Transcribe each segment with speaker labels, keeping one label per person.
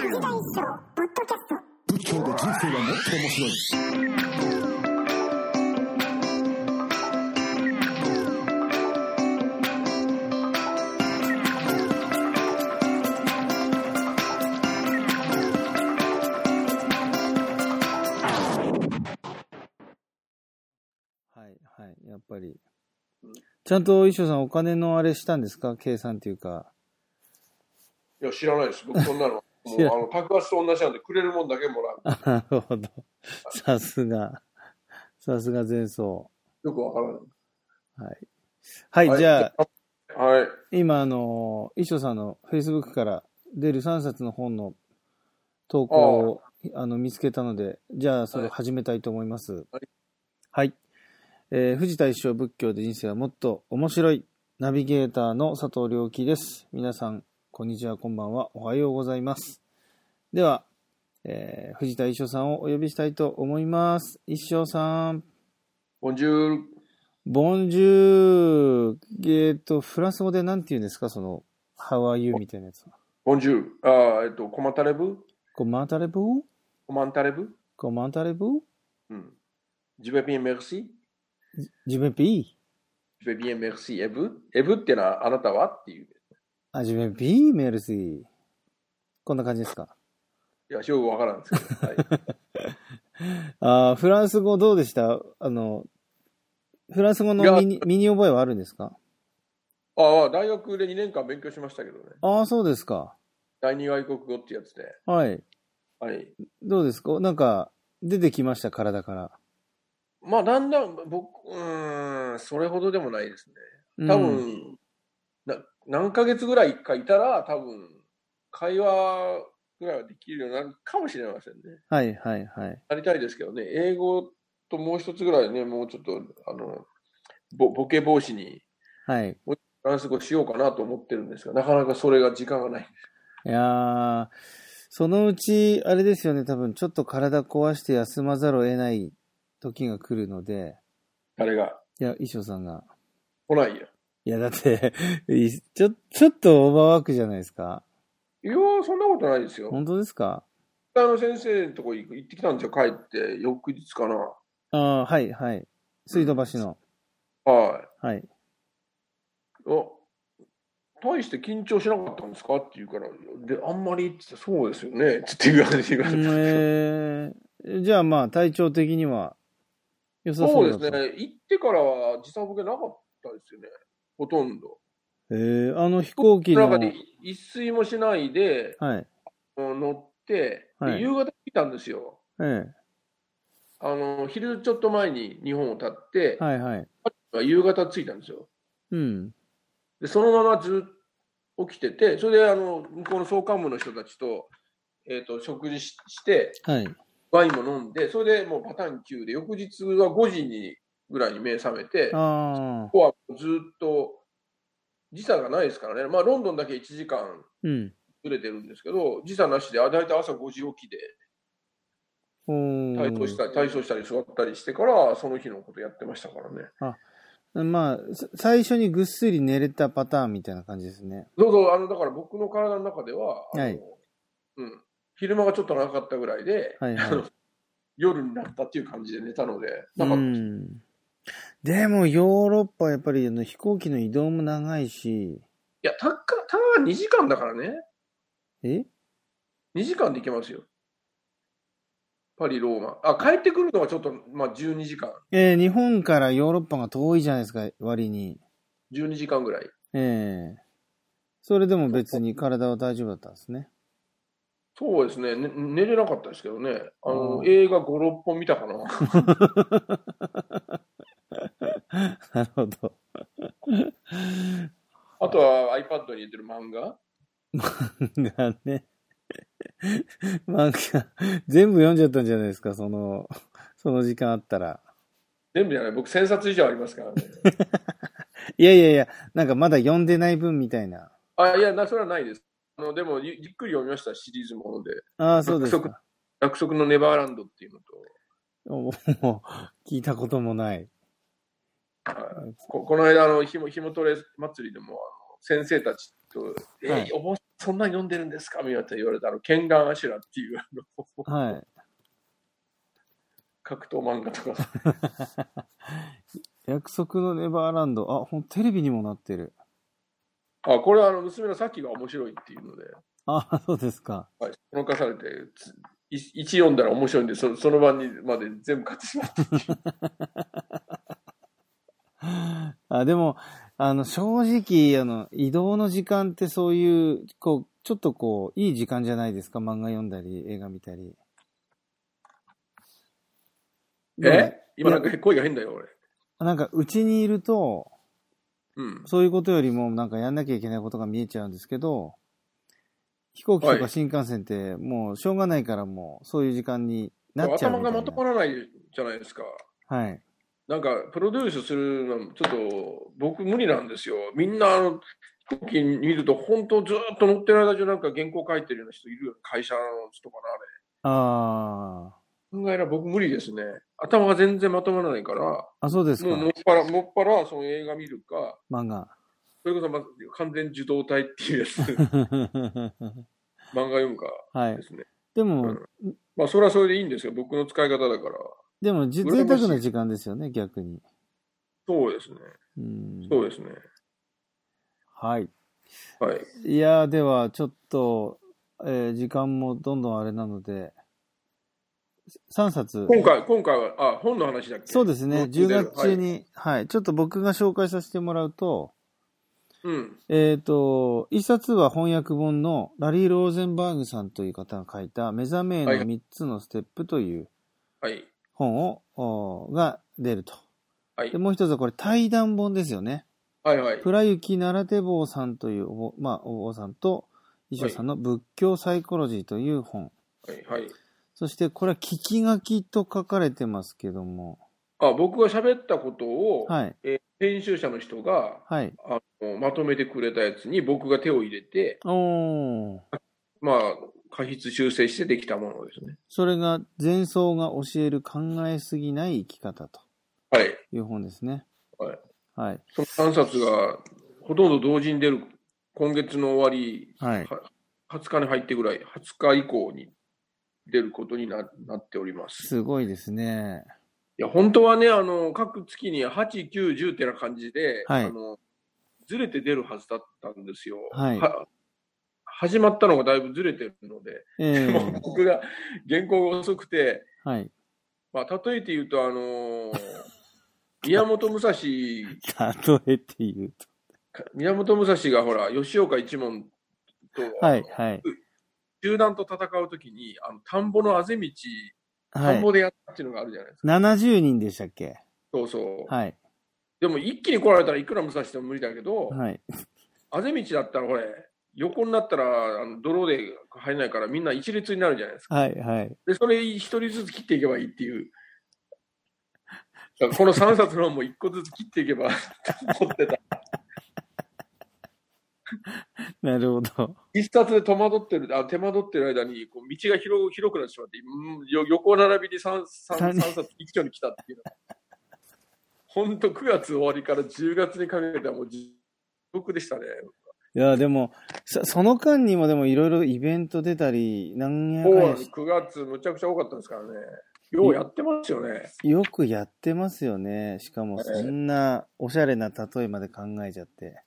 Speaker 1: 劇団賞ポッドキャスト
Speaker 2: 仏教で人生はもっと面白い。
Speaker 3: はい、はい、やっぱり。ちゃんと衣装さんお金のあれしたんですか計算っていうか。
Speaker 4: いや、知らないです。僕、そんなの。も
Speaker 3: 知ら
Speaker 4: う、あの、格安と同じなんで、くれるもんだけもらう。
Speaker 3: あなるほど。さすが。さすが前奏。
Speaker 4: よくわからない。
Speaker 3: はい。はい、じゃあ、
Speaker 4: あ。はい。
Speaker 3: 今、あの、衣装さんの Facebook から出る3冊の本の投稿をあの見つけたので、じゃあ、それを始めたいと思います。はい
Speaker 4: い。
Speaker 3: えー藤田一生仏教で人生はもっと面白い。ナビゲーターの佐藤良樹です。皆さん、こんにちは、こんばんは。おはようございます。では、えー藤田一生さんをお呼びしたいと思います。一生さん。
Speaker 4: ボンジュール。
Speaker 3: ボンジュール、えっと、フランス語でなんて言うんですかその、How are you? みたいなやつは。
Speaker 4: ボンジュール。ああ、えっと、コマンタレブ
Speaker 3: コマンタレブ
Speaker 4: コマンタレブ
Speaker 3: コマンタレブ
Speaker 4: うん。ジュベビンメルシー。
Speaker 3: ジメピ
Speaker 4: ジュベビンメルシー。エブエブってのは、あなたはっていう。
Speaker 3: ーあ、ジメピーメルシー。こんな感じですか
Speaker 4: いや、よくわからんです けど。はい。
Speaker 3: あーフランス語どうでしたあの、フランス語
Speaker 4: い
Speaker 3: の
Speaker 4: や
Speaker 3: 身に身に覚えはあるんですか
Speaker 4: ああ、大学で2年間勉強しましたけどね。
Speaker 3: ああ、そうですか。
Speaker 4: 第二外国語ってやつで。
Speaker 3: はい。
Speaker 4: はい。
Speaker 3: どうですかなんか、出てきました、体から。
Speaker 4: まあ、だんだん、僕、うーん、それほどでもないですね。
Speaker 3: うん
Speaker 4: 多分、な何ヶ月ぐらいかいたら、多分会話ぐらいはできるようになるかもしれませんね。
Speaker 3: はい、はい、はい。
Speaker 4: なりたいですけどね、英語ともう一つぐらいね、もうちょっとあのボボケ防止に
Speaker 3: はい。
Speaker 4: フランス語しようかなと思ってるんですが、なかなかそれが時間がない。
Speaker 3: いやー、そのうち、あれですよね、多分ちょっと体壊して休まざるを得ない時が来るので、
Speaker 4: 誰が
Speaker 3: いや、衣装さんが。
Speaker 4: 来ないよ。
Speaker 3: いや、だって、いちょ、ちょっとオーバーワークじゃないですか。
Speaker 4: いやー、そんなことないですよ。
Speaker 3: 本当ですか
Speaker 4: あの先生のとこ行く行ってきたんですよ、帰って、翌日かな。
Speaker 3: ああ、はい、はい。水道橋の。
Speaker 4: はい。
Speaker 3: はい。
Speaker 4: あ大して緊張しなかったんですかって言うから、で、あんまりって言って、そうですよね。つって言われて言われて
Speaker 3: うんえーじゃあまあ、体調的には良さ
Speaker 4: そ
Speaker 3: そうう
Speaker 4: で
Speaker 3: だ
Speaker 4: す
Speaker 3: と。ね。
Speaker 4: ね。行ってからは時差ボケなかったですよね。ほとんど。
Speaker 3: えー、あの飛行機の。
Speaker 4: 中で
Speaker 3: はい。
Speaker 4: 一睡もしないで、
Speaker 3: え
Speaker 4: うん乗って、で
Speaker 3: はい
Speaker 4: 夕方来たんですよ。
Speaker 3: え
Speaker 4: あの、昼ちょっと前に日本を立って、
Speaker 3: はい、はい。
Speaker 4: 夕方着いたんですよ。
Speaker 3: うん。
Speaker 4: で、そのままずっと起きてて、それで、あの、向こうの総幹部の人たちと、えっ、と、食事しして、
Speaker 3: はい。
Speaker 4: ワインも飲んで、それでもうパターン9で、翌日は5時にぐらいに目覚めて、
Speaker 3: ああ、
Speaker 4: ここはずっと時差がないですからね、まあ、ロンドンだけ1時間
Speaker 3: うん。
Speaker 4: ずれてるんですけど、時差なしで、あ大体朝5時起きで
Speaker 3: おー
Speaker 4: 体操したり、体操したり座ったりしてから、その日のことやってましたからね。
Speaker 3: まあ、さ最初にぐっすり寝れたパターンみたいな感じですね。
Speaker 4: どうぞ、あのだから僕の体の中では、あの
Speaker 3: はい
Speaker 4: うん、昼間がちょっと長かったぐらいで、
Speaker 3: はいはい
Speaker 4: あの夜になったっていう感じで寝たので、
Speaker 3: う
Speaker 4: なんかったです
Speaker 3: ん。でも、ヨーロッパはやっぱりあの飛行機の移動も長いし、
Speaker 4: いや、たかたかが2時間だからね、
Speaker 3: え
Speaker 4: 2時間で行けますよ。パリ、ローマ。あ、帰ってくるのはちょっと、まあ、12時間、
Speaker 3: えー日本からヨーロッパが遠いじゃないですか、割に。
Speaker 4: 12時間ぐらい。
Speaker 3: ええそれでも別に体は大丈夫だったんですね。
Speaker 4: そうですねね寝れなかったですけどね、あの、
Speaker 3: うん
Speaker 4: 映画5、6本見たかな、
Speaker 3: なるほど。
Speaker 4: あとは iPad に入れてる漫画、
Speaker 3: だね。 なんか、全部読んじゃったんじゃないですか、その、その時間あったら。
Speaker 4: 全部じゃない、僕、1000冊以上ありますからね。
Speaker 3: いやいやいや、なんかまだ読んでない分みたいな。
Speaker 4: あいやな、それはないです。あのでもゆ、ゆっくり読みました、シリーズもので、
Speaker 3: ああ、そうですか。
Speaker 4: 約束のネバーランドっていうのと、
Speaker 3: おお聞いたこともない。
Speaker 4: あここの間あのひも、ひもトレ祭りでもあの、先生たちと、えー
Speaker 3: はい
Speaker 4: お坊そんなに読んでるんですかみたいな言われたあの、ケンガンアシュラっていうあの
Speaker 3: はい。
Speaker 4: 格闘漫画とか、
Speaker 3: 約束のネバーランド。あ、ほん、テレビにもなってる。
Speaker 4: あ、これはあの娘のさっきが面白いっていうので、
Speaker 3: あ、そうですか。
Speaker 4: はい、その化されて、つい一読んだら面白いんで、そその晩にまで全部買ってしまった。
Speaker 3: あ、でも、あの、正直、あの、移動の時間ってそういう、こう、ちょっとこう、いい時間じゃないですか。漫画読んだり、映画見たり。
Speaker 4: え今なんか声が変だよ、俺。
Speaker 3: なんか、うちにいると、
Speaker 4: うん。
Speaker 3: そういうことよりも、なんかやんなきゃいけないことが見えちゃうんですけど、飛行機と
Speaker 4: は
Speaker 3: か
Speaker 4: い
Speaker 3: 新幹線って、もう、しょうがないからもう、そういう時間になっちゃう
Speaker 4: 頭
Speaker 3: み
Speaker 4: が
Speaker 3: たい
Speaker 4: ま
Speaker 3: な。
Speaker 4: とまらないじゃないですか。
Speaker 3: はい。
Speaker 4: なんか、プロデュースするの、ちょっと、僕無理なんですよ。みんな、あの、時に見ると、本当ずっと乗ってる間中なんか原稿書いてるような人いるよね。会社の人かな、あれ。
Speaker 3: あ
Speaker 4: 考えら僕無理ですね。頭が全然まとまらないから、
Speaker 3: あ。あ、そうです
Speaker 4: も
Speaker 3: か
Speaker 4: う。もっぱら、もっぱら、その映画見るか、
Speaker 3: 漫画。
Speaker 4: それこそ、ま、完全受動体っていう やつ、漫画読むか
Speaker 3: はい
Speaker 4: で。すね。
Speaker 3: で
Speaker 4: う
Speaker 3: も
Speaker 4: ん、まあ、それはそれでいいんですよ。僕の使い方だから。
Speaker 3: でも、じ
Speaker 4: 羨まし
Speaker 3: 贅
Speaker 4: い
Speaker 3: 沢な時間ですよね、逆に。
Speaker 4: そうですね。
Speaker 3: うん。
Speaker 4: そうですね。
Speaker 3: はい。
Speaker 4: はい。
Speaker 3: いやー、では、ちょっと、えー時間もどんどんあれなので、3冊。
Speaker 4: 今回、今回は、あ、本の話だっけ
Speaker 3: そうですね、
Speaker 4: 僕
Speaker 3: 10月中に、はい、ちょっと僕が紹介させてもらうと、
Speaker 4: はいうん。
Speaker 3: えっ、と、一冊は翻訳本のラリー・ローゼンバーグさんという方が書いた、目覚めへの3つのステップという
Speaker 4: はい。
Speaker 3: 本を、おーが出ると。
Speaker 4: はい
Speaker 3: で、。もう一つはこれ対談本ですよね。
Speaker 4: はいはい。
Speaker 3: プラユキ・ナラテボーさんというお坊、まあ、お坊さんと、衣装さんの仏教サイコロジーという本。
Speaker 4: はいはい。
Speaker 3: そして、これは聞き書きと書かれてますけども。
Speaker 4: あ、僕が喋ったことを、
Speaker 3: はい。
Speaker 4: えー編集者の人が
Speaker 3: はい。
Speaker 4: あのまとめてくれたやつに僕が手を入れて、
Speaker 3: おー。
Speaker 4: まあ、過筆修正してできたものですね。
Speaker 3: それが、前奏が教える考えすぎない生き方と
Speaker 4: はい。
Speaker 3: いう本ですね。
Speaker 4: はい。
Speaker 3: はい。
Speaker 4: その3冊がほとんど同時に出る、今月の終わり、
Speaker 3: はい。
Speaker 4: は20日に入ってぐらい、20日以降に出ることにななっております。い
Speaker 3: すごいですね。
Speaker 4: や、本当はね、あの、各月に8、9、10ってな感じで、
Speaker 3: はい
Speaker 4: あの、ずれて出るはずだったんですよ。
Speaker 3: はい
Speaker 4: 始まったのがだいぶずれてるので、
Speaker 3: ええ
Speaker 4: で も僕が原稿が遅くて、
Speaker 3: はい。
Speaker 4: まあ、例えて言うと、あ のー宮本武蔵、
Speaker 3: 例えて言う
Speaker 4: 宮本武蔵がほら、吉岡一門と、
Speaker 3: と。はい、はい。
Speaker 4: 集団と戦うときに、あの、田んぼのあぜ道、
Speaker 3: は
Speaker 4: 田んぼ
Speaker 3: い。
Speaker 4: でやったっていうのがあるじゃないですか。
Speaker 3: 70人でしたっけ
Speaker 4: そうそう。
Speaker 3: はい。
Speaker 4: でも、一気に来られたらいくら武蔵でも無理だけど、
Speaker 3: はい。
Speaker 4: あぜ道だったら、ほれ、横になったら、あの、泥で入れないから、みんな一列になるじゃないですか。
Speaker 3: はい、はい。
Speaker 4: で、それ一人ずつ切っていけばいいっていう。だからこの3冊の本も一個ずつ切っていけば と思ってた。
Speaker 3: なるほど。
Speaker 4: 一冊で戸惑ってる、あ手間取ってる間にこう道が広く広くなってしまって、うんよ横並びに 3,
Speaker 3: 三
Speaker 4: 三三冊一挙に来たっていうの。本当9月終わりから10月にかけてはもう地獄でしたね。
Speaker 3: いや、でも、そその間にもでもいろいろイベント出たり、なんやかん
Speaker 4: もう
Speaker 3: やし
Speaker 4: 9月むちゃくちゃ多かったですからね。ようやってますよね。
Speaker 3: よくやってますよね。しかもそんなおしゃれな例えまで考えちゃって。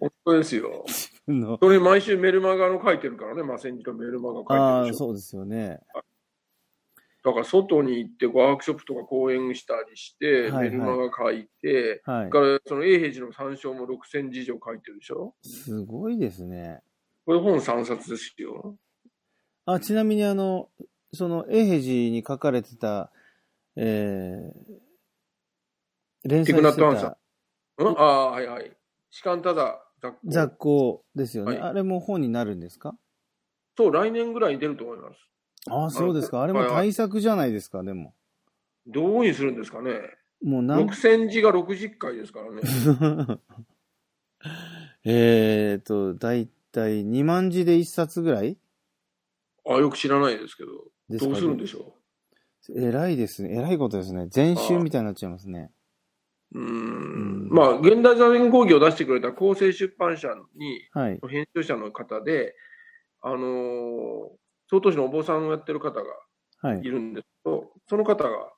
Speaker 4: 本当ですよ。
Speaker 3: の
Speaker 4: それ毎週メルマガの書いてるからね、マセンジとメルマガ
Speaker 3: あ
Speaker 4: 書いてる
Speaker 3: あ、
Speaker 4: でしょ。
Speaker 3: そうですよね。
Speaker 4: だから外に行ってワークショップとか講演したりして、
Speaker 3: はいはい
Speaker 4: メルマガ書いて、
Speaker 3: は
Speaker 4: だ
Speaker 3: い
Speaker 4: か。らその永平寺の参照も6000字以上書いてるでしょ。
Speaker 3: すごいですね。
Speaker 4: これ本3冊ですよ。
Speaker 3: あ、ちなみにあの、その、永平寺に書かれてた、えー、連載
Speaker 4: ティクナ
Speaker 3: し
Speaker 4: ッ
Speaker 3: て
Speaker 4: トハンサ
Speaker 3: た
Speaker 4: うん、ああ、はいはい。士官ただ、雑貨
Speaker 3: 雑行ですよね。
Speaker 4: はい
Speaker 3: あれも本になるんですか
Speaker 4: そう、来年ぐらいに出ると思います。
Speaker 3: ああ、そうですか。あれも対策じゃないですか、でも。
Speaker 4: どうにするんですかね。
Speaker 3: もう何
Speaker 4: 6000字が60回ですから ね。
Speaker 3: えーと、だいたい2万字で1冊ぐらい
Speaker 4: あよく知らないですけど、
Speaker 3: です
Speaker 4: ど
Speaker 3: か
Speaker 4: うするんでしょ
Speaker 3: 偉いですね。偉いことですね。全集みたいになっちゃいますね。
Speaker 4: うーんまあ、現代座禅講義を出してくれた厚生出版社に、
Speaker 3: はい。
Speaker 4: 編集者の方で、あのー曹洞宗のお坊さんをやってる方が
Speaker 3: はいい。
Speaker 4: るんですけど、その方が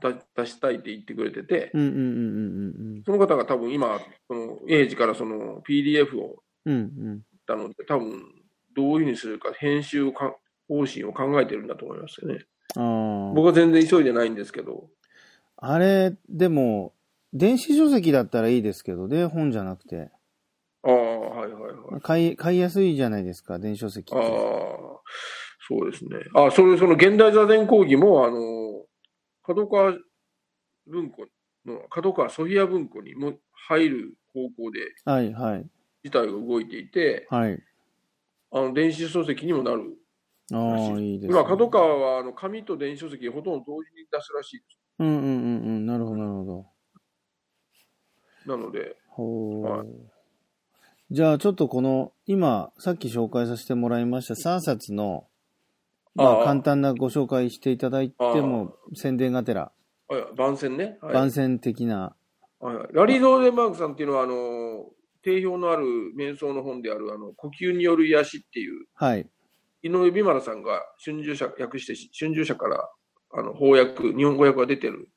Speaker 4: 出出したいって言ってくれてて、
Speaker 3: うんうんうんうんうん
Speaker 4: その方が多分今、その英治からその PDF を
Speaker 3: うん。うん
Speaker 4: だので、多分どういうふうにするか、編集をか方針を考えてるんだと思いますよね。
Speaker 3: うん。あー
Speaker 4: 僕は全然急いでないんですけど、
Speaker 3: あれ、でも、電子書籍だったらいいですけどね、本じゃなくて。
Speaker 4: ああ、はいはいはい。
Speaker 3: 買い、買いやすいじゃないですか、電子書籍
Speaker 4: あ
Speaker 3: っ
Speaker 4: あ
Speaker 3: て。、
Speaker 4: そうですね。あそれ、その現代座禅講義も、あの、角川文庫の、角川ソフィア文庫にも入る方向で、
Speaker 3: はい、はい、
Speaker 4: 事態が動いていて、
Speaker 3: はい。
Speaker 4: あの、電子書籍にもなる。
Speaker 3: ああ、いいです、
Speaker 4: 今、角川は、あの、紙と電子書籍ほとんど同時に出すらしいで
Speaker 3: うんうんうんうん、なるほど、なるほど。
Speaker 4: す。なので、
Speaker 3: ほう。
Speaker 4: はい
Speaker 3: じゃあ、ちょっとこの、今、さっき紹介させてもらいました3冊の、ま
Speaker 4: あ
Speaker 3: あ、
Speaker 4: あ
Speaker 3: 簡単なご紹介していただいても、宣伝がてら、
Speaker 4: あいや番宣ね。はい
Speaker 3: 番宣的な、
Speaker 4: はいはいラリー・ゾーデンバーグさんっていうのは、あの、定評のある瞑想の本である、あの、呼吸による癒しっていう、
Speaker 3: はい、
Speaker 4: 井上美丸さんが春秋社、訳して春秋社からあの翻訳、日本語訳が出てる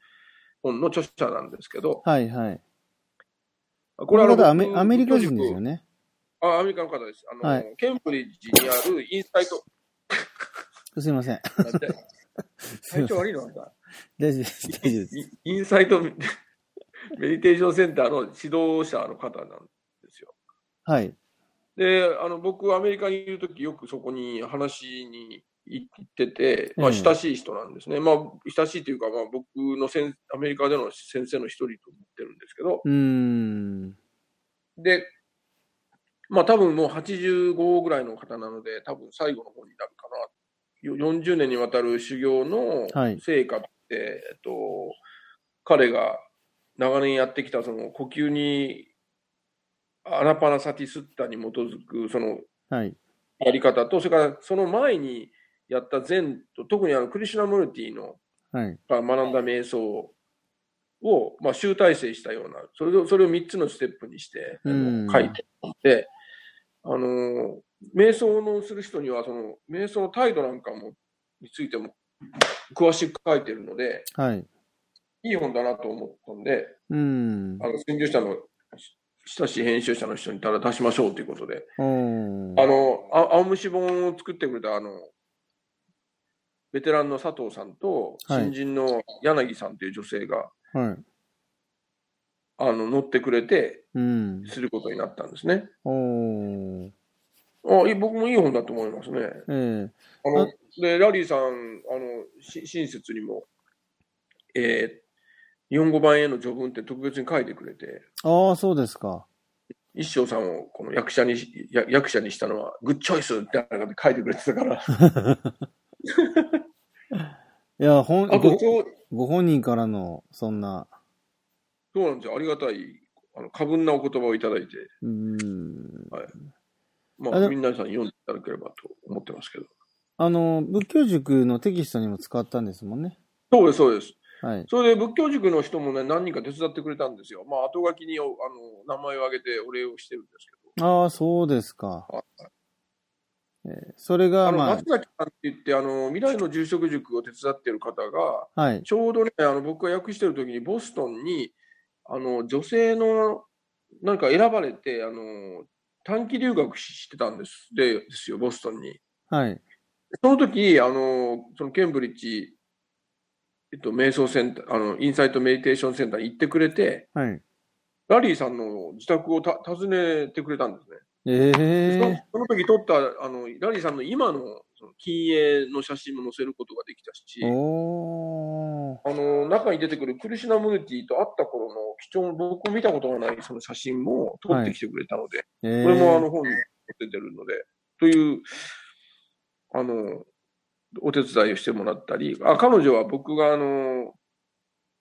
Speaker 4: 本の著者なんですけど、
Speaker 3: はい、はい。
Speaker 4: こ
Speaker 3: この
Speaker 4: 僕
Speaker 3: 方アメ、アメリカ人ですよね。
Speaker 4: あアメリカの方です。あの、
Speaker 3: はい
Speaker 4: ケンブリッジにあるインサイ ト、
Speaker 3: すいません。
Speaker 4: なんて
Speaker 3: す
Speaker 4: 体
Speaker 3: いませ
Speaker 4: 調
Speaker 3: ん。
Speaker 4: 悪いのあんた
Speaker 3: 大丈夫です、大丈夫です。
Speaker 4: イインサイトメディテーションセンターの指導者の方なんですよ。
Speaker 3: はい、
Speaker 4: で、あの僕、アメリカにいるとき、よくそこに話に行ってて、まあ、
Speaker 3: ええ
Speaker 4: 親しい人なんですね。まあ、親しいというか、まあ、僕の先アメリカでの先生の一人と思ってるんですけど、
Speaker 3: うーん、
Speaker 4: で、まあ多分もう85ぐらいの方なので、多分最後の方になるかな。よ40年にわたる修行の
Speaker 3: はい
Speaker 4: 成果って、えっと、彼が長年やってきたその呼吸に、アナパナサティスッタに基づくその
Speaker 3: はい、
Speaker 4: やり方と、それからその前にやった禅と、特にあのクリシュナムルティの
Speaker 3: はい、
Speaker 4: が学んだ瞑想を、まあ、集大成したような、それをそれを3つのステップにして、あ
Speaker 3: うん
Speaker 4: の書いてで、あの、瞑想のする人には、その、瞑想の態度なんかも、についても、詳しく書いてるので、
Speaker 3: はい。
Speaker 4: いい本だなと思ったんで、
Speaker 3: うーん
Speaker 4: あ、の、専業者の、親しい編集者の人にただ出しましょうということで、
Speaker 3: お
Speaker 4: あ
Speaker 3: ー
Speaker 4: の、あ青虫本を作ってくれた、あの、ベテランの佐藤さんと、
Speaker 3: はい
Speaker 4: 新人の柳さんという女性が、
Speaker 3: はい、
Speaker 4: あの乗ってくれて
Speaker 3: うん、
Speaker 4: することになったんですね。
Speaker 3: おー
Speaker 4: あいい僕もいい本だと思いますね。
Speaker 3: ええ
Speaker 4: あ
Speaker 3: あ
Speaker 4: のでラリーさんあのし親切にも、えー日本語版への序文って特別に書いてくれて
Speaker 3: ああ、そうですか。
Speaker 4: 一生さんをこの役者にしや役者にしたのはグッチョイスってなんかで書いてくれてた から。
Speaker 3: いや、ほん
Speaker 4: あと
Speaker 3: ご
Speaker 4: ちょう
Speaker 3: ご本人からの、そんな、
Speaker 4: そうなんですよありがたいあの過分なお言葉をいただいて、
Speaker 3: うーん。
Speaker 4: ま
Speaker 3: あ
Speaker 4: あ、
Speaker 3: で
Speaker 4: 皆さん読んでいただければと思ってますけど。
Speaker 3: あの、仏教塾のテキストにも使ったんですもんね。
Speaker 4: そうですそうです。
Speaker 3: はい。
Speaker 4: それで仏教塾の人もね、何人か手伝ってくれたんですよ。まあ、後書きにおあの名前を挙げてお礼をしてるんですけ
Speaker 3: ああ、そうですか。
Speaker 4: ど、
Speaker 3: それ
Speaker 4: あ
Speaker 3: が、
Speaker 4: の
Speaker 3: ま
Speaker 4: 松崎さんって言ってあの、未来の住職塾を手伝ってる方が、
Speaker 3: あ、はい。
Speaker 4: ちょうどね、あの僕が訳してる時に、ボストンにあの女性のなんか選ばれてあの、短期留学ししてたんですでですよ、ボストンに。
Speaker 3: はい。
Speaker 4: その時あのそのケンブリッジ、えっと、瞑想センターあの、インサイトメディテーションセンターに行ってくれて、
Speaker 3: はい。
Speaker 4: ラリーさんの自宅をた訪ねてくれたんですね。
Speaker 3: え
Speaker 4: その
Speaker 3: え
Speaker 4: その時撮ったあのラリーさんの今のその金鋭の写真も載せることができたし、
Speaker 3: おー。
Speaker 4: あの中に出てくるクリシュナムルティと会った頃の貴重な、僕も見たことがないその写真も撮ってきてくれたので、
Speaker 3: え
Speaker 4: これもあ
Speaker 3: え
Speaker 4: の本に出てるので、という、あの、お手伝いをしてもらったり、あ彼女は僕があの、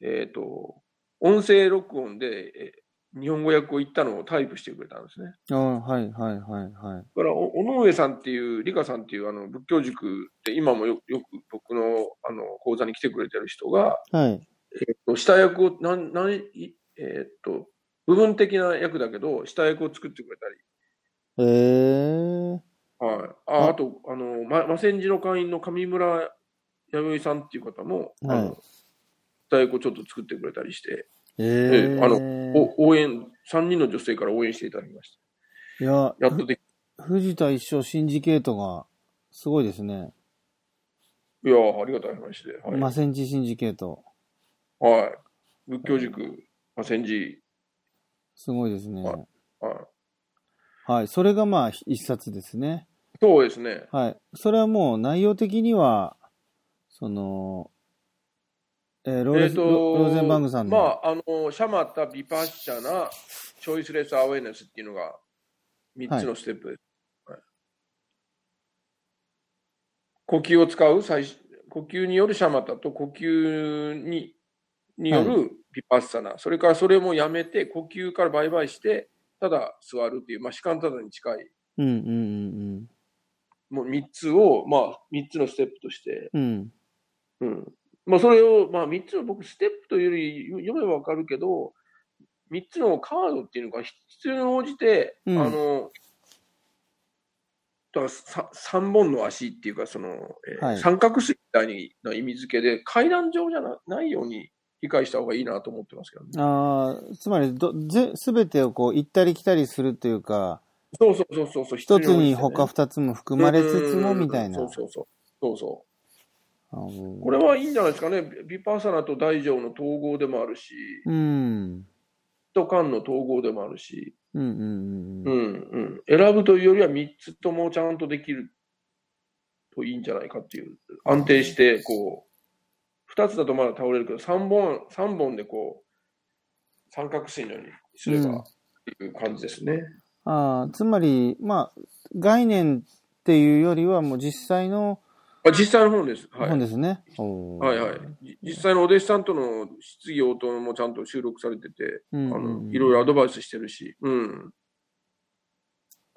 Speaker 4: えっ、と、音声録音で、え日本語訳を言ったのをタイプしてくれたんですね。
Speaker 3: あはい、はい、はい、はい。
Speaker 4: だから、お尾上さんっていう、理香さんっていう、あの、仏教塾で、今もよよく僕の、あの、講座に来てくれてる人が、
Speaker 3: はい。
Speaker 4: えっと、下役を、なん、なん、いえっと、部分的な役だけど、下役を作ってくれたり、
Speaker 3: えー、
Speaker 4: はい。
Speaker 3: あ
Speaker 4: あ、あと、あの、ま、マセンジの会員の上村弥生さんっていう方も、
Speaker 3: はい
Speaker 4: あの、太鼓ちょっと作ってくれたりして、
Speaker 3: え
Speaker 4: えあの
Speaker 3: ー、
Speaker 4: お応援、3人の女性から応援していただきまし
Speaker 3: いや、
Speaker 4: た。やっとでき、
Speaker 3: 藤田一生シンジケートが、すごいですね。
Speaker 4: いやーありがたい話で。はい。
Speaker 3: マセンジシンジケート。
Speaker 4: はい、仏教塾、マセンジ、
Speaker 3: すごいですね。
Speaker 4: はいはい。
Speaker 3: はい。それがまあ、ひ一冊ですね。
Speaker 4: そうですね。
Speaker 3: はい。それはもう内容的には、その、えーローレ
Speaker 4: え
Speaker 3: ス
Speaker 4: っ
Speaker 3: ロ
Speaker 4: と、
Speaker 3: ローゼンバーグさんの、
Speaker 4: まあ、あの、シャマタ、ビパッシャナ、チョイスレスアウェイネスっていうのが、3つのステップです。はい呼吸を使う最初、呼吸によるシャマタと呼吸にによるビパッサナ、それからそれもやめて、呼吸からバイバイして、ただ座るっていう、まあ、士官ただに近い、
Speaker 3: うんうんうん
Speaker 4: もう3つを、まあ、3つのステップとして
Speaker 3: うん。うん。
Speaker 4: うん。まあ、それを、まあ、3つの僕、ステップというより読読めばわかるけど、3つのカードっていうのが必要に応じて、
Speaker 3: うん
Speaker 4: あの、だから3本の足っていうか、その、えー
Speaker 3: はい
Speaker 4: 三角錐みたいな意味付けで、階段状じゃなないように理解した方がいいなと思ってますけどね。
Speaker 3: ああ、つまりど、ぜ、すべてをこう、行ったり来たりするというか、
Speaker 4: そうそうそうそうそう、
Speaker 3: 一つに
Speaker 4: 他
Speaker 3: 他二つも含まれつつもみたいな。
Speaker 4: そうそうそう。そうそう。
Speaker 3: あの
Speaker 4: これはいいんじゃないですかね。ビビパッサナと大乗の統合でもあるし、
Speaker 3: うん。
Speaker 4: と間の統合でもあるし、
Speaker 3: うんうんうん
Speaker 4: う
Speaker 3: うん。
Speaker 4: んうん、選ぶというよりは3つともちゃんとできるといいんじゃないかっていう、安定して、こう、2つだとまだ倒れるけど、3本、三本でこう、三角錐のようにすれ
Speaker 3: うん
Speaker 4: ばっていう感じですね。
Speaker 3: ああ、つまり、まあ、概念っていうよりはもう実際の
Speaker 4: あ実際の本です。はい。
Speaker 3: 本ですね。おー
Speaker 4: はいはい。じ実際のお弟子さんとの質疑応答もちゃんと収録されてて、
Speaker 3: う
Speaker 4: あ
Speaker 3: んうんう
Speaker 4: の
Speaker 3: ん
Speaker 4: いろいろアドバイスしてるし、うん。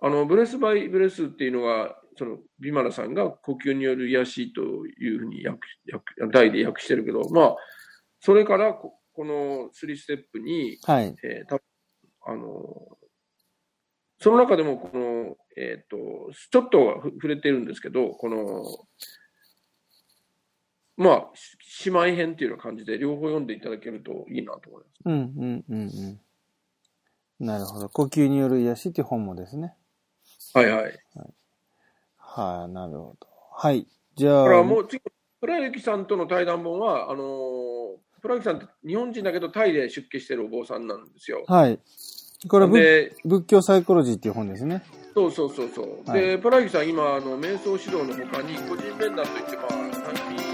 Speaker 4: あの、ブレスバイブレスっていうのが、その、ビマラさんが呼吸による癒しというふうに訳、訳、題で訳してるけど、まあ、それからこ、この3ステップに、
Speaker 3: はい。
Speaker 4: えーたあの、その中でも、この、えっ、と、ちょっとふ触れてるんですけど、この、まあ、し姉妹編っていうような感じで、両方読んでいただけるといいなと思います。
Speaker 3: うんうんうんうん。なるほど。呼吸による癒しっていう本もですね。
Speaker 4: はいはい。
Speaker 3: はい、なるほど。はい。じゃあ、
Speaker 4: だからもう次、プラユキさんとの対談本は、あのープラユキさんって日本人だけど、タイで出家してるお坊さんなんですよ。
Speaker 3: はい。これは仏
Speaker 4: で、
Speaker 3: 仏教サイコロジーっていう本ですね。
Speaker 4: そうそうそうそう。
Speaker 3: はい
Speaker 4: で、プラユキさん、今、あの瞑想指導の他に、個人面談といって、まあ、何